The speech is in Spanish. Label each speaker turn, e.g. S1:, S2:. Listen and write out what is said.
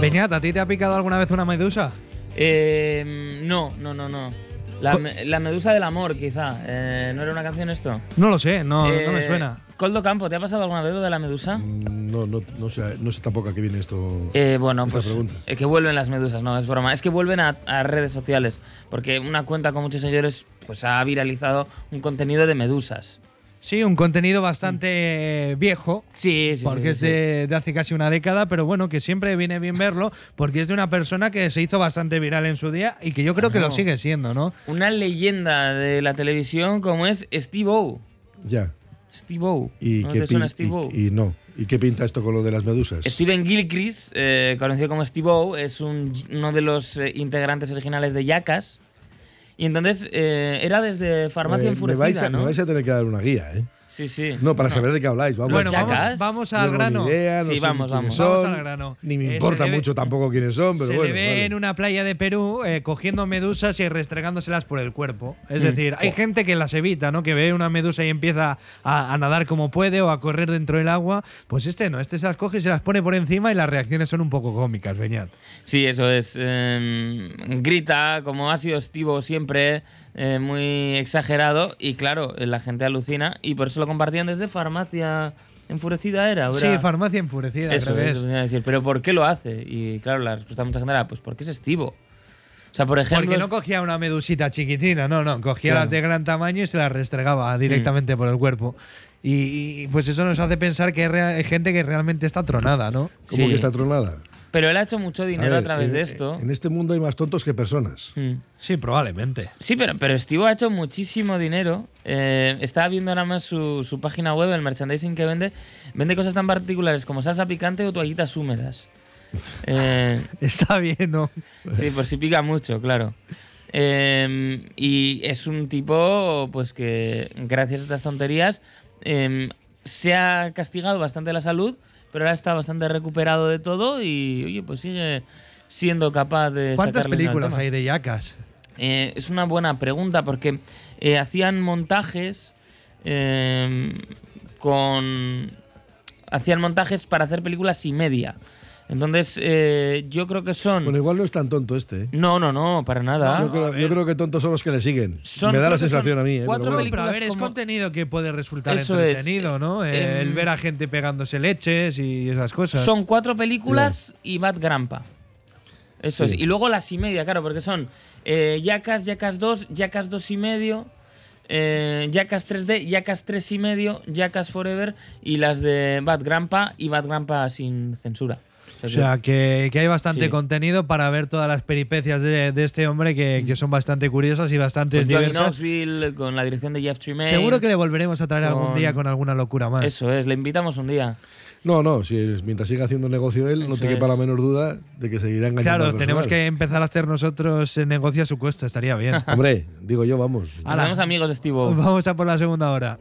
S1: Beñat, ¿a ti te ha picado alguna vez una medusa?
S2: Eh, no, no, no, no. La, me- la medusa del amor, quizá. Eh, ¿No era una canción esto?
S1: No lo sé, no, no me
S2: Eh,
S1: suena.
S2: Coldo Campo, ¿te ha pasado alguna vez lo de la medusa?
S3: Mm. No, no, no, sé, no sé tampoco a qué viene esto.
S2: Eh, bueno,
S3: esta
S2: pues
S3: pregunta.
S2: eh, que vuelven las medusas, no, es broma. Es que vuelven a, a redes sociales, porque una cuenta con muchos seguidores pues ha viralizado un contenido de medusas.
S1: Sí, un contenido bastante viejo.
S2: Sí, mm. sí, sí,
S1: Porque
S2: sí,
S1: es
S2: sí.
S1: de, de hace casi una década, pero bueno, que siempre viene bien verlo, porque es de una persona que se hizo bastante viral en su día y que yo creo que lo
S2: Bueno.
S1: sigue siendo, ¿no?
S2: Una leyenda de la televisión como es Steve O.
S3: Ya.
S2: Steve O.
S3: ¿Y
S2: ¿No
S3: qué
S2: te suena
S3: pin-
S2: Steve O?
S3: y, y no. ¿Y qué pinta esto con lo de las medusas?
S2: Steven Gilchrist, eh, conocido como Steve O, es un- uno de los eh, integrantes originales de Yakas. Y entonces eh, era desde Farmacia
S3: Eh, me,
S2: Enfurecida,
S3: vais a,
S2: ¿no?
S3: me vais a tener que dar una guía, ¿eh?
S2: Sí, sí.
S3: No, para
S2: Bueno,
S3: saber de qué habláis.
S2: Pues
S3: Vamos.
S1: Bueno,
S2: Jackass.
S1: vamos, vamos
S3: No
S1: al
S3: tengo ni
S1: grano.
S3: idea, no
S2: Sí,
S3: sé
S2: vamos,
S3: ni
S2: vamos.
S3: quiénes
S1: Vamos
S3: son,
S1: al grano.
S3: Ni
S1: Eh, se
S3: me importa
S1: le ve-
S3: mucho tampoco quiénes son, pero
S1: se
S3: bueno.
S1: le ve
S3: vale.
S1: en una playa de Perú eh, cogiendo medusas y restregándoselas por el cuerpo. Es
S2: Mm.
S1: decir, hay gente que las evita, ¿no? Que ve una medusa y empieza a, a nadar como puede o a correr dentro del agua. Pues este no, este se las coge y se las pone por encima y las reacciones son un poco cómicas, Beñat.
S2: Sí, eso es. eh, grita, como ha sido Estivo siempre, eh, muy exagerado. Y claro, eh, la gente alucina. Y por eso lo compartían desde Farmacia Enfurecida, ¿era? ¿O
S1: Sí,
S2: era?
S1: farmacia enfurecida, al
S2: Eso,
S1: revés.
S2: eso venía a decir. Pero ¿por qué lo hace? Y claro, la respuesta de mucha gente era, pues porque es Estivo. O sea, por ejemplo.
S1: Porque no
S2: es-
S1: cogía una medusita chiquitina, no, no, cogía
S2: Claro. Mm.
S1: las de gran tamaño y se las restregaba directamente por el cuerpo. Y, y, pues eso nos hace pensar que hay rea- hay gente que realmente está tronada, ¿no?
S3: ¿Cómo
S2: Sí.
S3: que está tronada?
S2: Pero él ha hecho mucho dinero a,
S3: ver,
S2: través
S3: en-
S2: de esto.
S3: En este mundo hay más tontos que personas.
S2: Mm.
S1: Sí, probablemente.
S2: Sí, pero, pero Steve ha hecho muchísimo dinero. Eh, estaba viendo ahora más su, su página web, el merchandising que vende. Vende cosas tan particulares como salsa picante o toallitas húmedas. Eh,
S1: Está bien, ¿no?
S2: sí, por si pica mucho, claro. Eh, y es un tipo, pues que gracias a estas tonterías eh, se ha castigado bastante la salud, pero ahora está bastante recuperado de todo y, oye, pues sigue siendo capaz de.
S1: ¿Cuántas
S2: sacarle dinero al
S1: películas
S2: tema.
S1: hay de yacas?
S2: Eh, es una buena pregunta porque eh, hacían montajes eh, con. Hacían montajes para hacer películas y media. Entonces, eh, yo creo que son.
S3: Bueno, igual no es tan tonto este. ¿eh?
S2: no, no, no, para nada.
S3: yo, creo,
S1: eh.
S3: yo creo que tontos son los que le siguen.
S2: Ah, Son-
S3: Me da la
S2: creo que
S3: sensación
S2: son
S3: a mí. ¿eh? Pero
S2: cuatro
S3: bueno.
S2: películas.
S1: Pero a ver, es
S2: como-
S1: contenido que puede resultar
S2: Eso es,
S1: entretenido, ¿no?
S2: eh,
S1: el
S2: em,
S1: ver a gente pegándose leches y esas cosas.
S2: Son cuatro películas y Bad Grandpa. Eso es. Y luego las y media, claro, porque son eh, Jackass, Jackass 2, Jackass 2 y medio, eh, Jackass 3D, Jackass 3 y medio, Jackass Forever y las de Bad Grandpa y Bad Grandpa sin censura.
S1: o sea, que, que hay bastante
S2: Sí.
S1: contenido para ver todas las peripecias de, de este hombre que, que son bastante curiosas y bastante
S2: con Johnny
S1: diversas.
S2: Knoxville, con la dirección de Jeff Tremaine.
S1: Seguro que le volveremos a traer algún
S2: con-
S1: día con alguna locura más.
S2: Eso es, le invitamos un día.
S3: No, no, si es- mientras siga haciendo negocio él, no
S2: Eso
S3: te quepa la
S2: es.
S3: menor duda de que seguirá engañando
S1: Claro,
S3: al
S1: tenemos que
S3: personal.
S1: empezar a hacer nosotros eh, negocio a su cuesta, estaría bien.
S3: Hombre, digo yo, vamos.
S2: Nos
S1: Ala.
S2: vemos amigos, Steve.
S1: Vamos a por la segunda hora.